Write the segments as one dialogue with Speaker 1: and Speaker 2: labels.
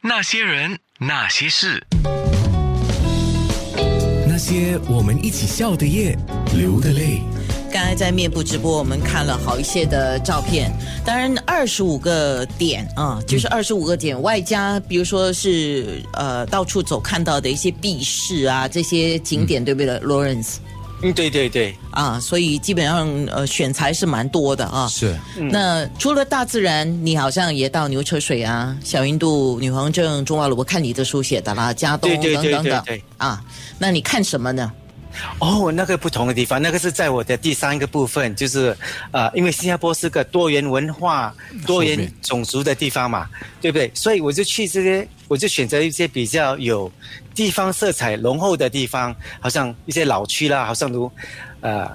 Speaker 1: 那些人，那些事，
Speaker 2: 那些我们一起笑的夜，流的泪。
Speaker 3: 刚才在面部直播，我们看了好一些的照片，当然二十五个点啊、
Speaker 4: 嗯
Speaker 3: 就是二十五个点，外加比如说是呃到处走看到的一些避世啊，这些景点、对不对，Lawrence
Speaker 4: 嗯，对对对，
Speaker 3: 啊，所以基本上呃选材是蛮多的啊。
Speaker 2: 是，
Speaker 4: 嗯
Speaker 3: 那除了大自然，你好像也到牛车水啊、小印度、女皇镇、中华萝卜，看你的书写的啦，加东
Speaker 4: 对对
Speaker 3: 等
Speaker 4: 对
Speaker 3: 等等
Speaker 4: 对对
Speaker 3: 啊。那你看什么呢？
Speaker 4: 哦，那个不同的地方，那个是在我的第三个部分，就是，呃，因为新加坡是个多元文化、多元种族的地方嘛，对不对？所以我就去这些，我就选择一些比较有地方色彩浓厚的地方，好像一些老区啦，好像如，呃，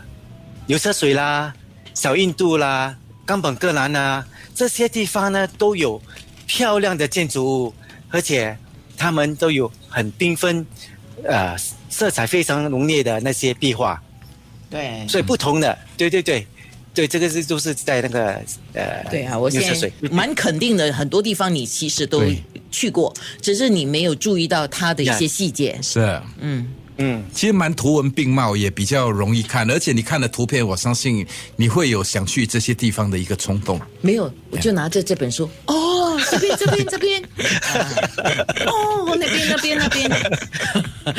Speaker 4: 牛车水啦、小印度啦、冈本戈兰啦，这些地方呢都有漂亮的建筑物，而且他们都有很缤纷，呃，色彩非常浓烈的那些壁画，
Speaker 3: 对
Speaker 4: 所以不同的，对对对，对，这个是就是在那个呃，
Speaker 3: 对啊，我
Speaker 4: 牛
Speaker 3: 现
Speaker 4: 车
Speaker 3: 在
Speaker 4: 水，
Speaker 3: 蛮肯定的，很多地方你其实都
Speaker 2: 对
Speaker 3: 去过，只是你没有注意到它的一些
Speaker 4: Yeah
Speaker 3: 细节。
Speaker 2: 是，
Speaker 3: 嗯，
Speaker 4: 嗯，
Speaker 2: 其实蛮图文并茂，也比较容易看，而且你看了图片，我相信你会有想去这些地方的一个冲 动。
Speaker 3: 没有，我就拿着这本书，哦，这边这边这边，啊哦，那边那边那边，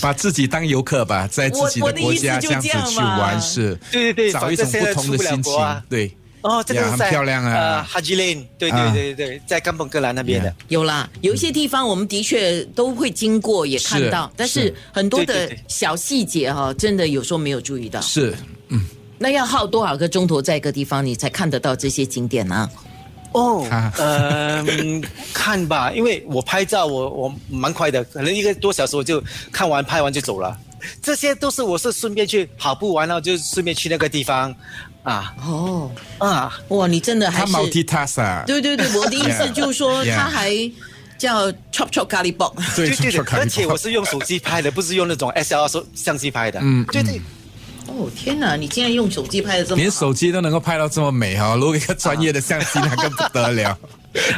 Speaker 2: 把自己当游客吧，在自己
Speaker 3: 我我
Speaker 2: 的
Speaker 3: 的
Speaker 2: 国
Speaker 3: 意思
Speaker 2: 家
Speaker 3: 就
Speaker 2: 这样子
Speaker 3: 这样啊
Speaker 2: 去
Speaker 3: 嘛
Speaker 2: 玩是，
Speaker 4: 对对对
Speaker 2: 找一种
Speaker 4: 反正现在
Speaker 2: 不同的
Speaker 4: 出不了
Speaker 2: 心
Speaker 4: 国啊
Speaker 2: 情，对，
Speaker 4: 哦，这个
Speaker 2: 呀
Speaker 4: 是
Speaker 2: 很
Speaker 4: 在
Speaker 2: 漂亮
Speaker 4: 呃，
Speaker 2: 啊，
Speaker 4: 哈吉林，对
Speaker 2: 啊
Speaker 4: 对对对对，在冈本戈兰那边的
Speaker 2: Yeah
Speaker 3: 有啦，有一些地方我们的确都会经过，也看到
Speaker 2: 是，
Speaker 3: 但
Speaker 2: 是
Speaker 3: 是很多
Speaker 4: 对
Speaker 3: 的
Speaker 4: 对对
Speaker 3: 小细节哈、真的有时候没有注意到。
Speaker 2: 是，
Speaker 3: 那要耗多少个钟头在一个地方，你才看得到这些景点呢、
Speaker 4: 哦
Speaker 2: 啊，
Speaker 4: 呃，嗯看吧，因为我拍照我我蛮快的，可能一个多小时我就看完拍完就走了。这些都是我是顺便去跑步完了，就顺便去那个地方，啊
Speaker 3: 哦，
Speaker 4: 啊，
Speaker 3: 哇，你真的还
Speaker 2: 他
Speaker 3: 是
Speaker 2: multitask 啊，
Speaker 3: 对对对，我的意思
Speaker 2: Yeah.
Speaker 3: 就是说
Speaker 2: Yeah.
Speaker 3: 他还叫 chop chop 咖喱 b o
Speaker 2: 对
Speaker 4: 对
Speaker 2: 出去
Speaker 4: 对
Speaker 2: 看
Speaker 4: 对，而且我是用手机拍的，不是用那种 SLR 手相机拍的。
Speaker 2: 嗯
Speaker 4: 对对，
Speaker 3: 哦天哪，你竟然用手机拍的这么
Speaker 2: 连
Speaker 3: 好
Speaker 2: 手机都能够拍到这么美哈、如果一个专业的相机，那更不 得了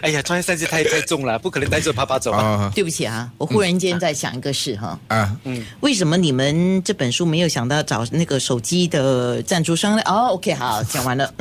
Speaker 4: 哎呀，穿山机太太重了，不可能带着啪啪走啊。
Speaker 2: 啊
Speaker 3: 对不起啊，我忽然间在想一个事哈，
Speaker 2: 啊！
Speaker 4: 嗯
Speaker 3: 为什么你们这本书没有想到找那个手机的赞助商呢？哦，OK，好，讲完了。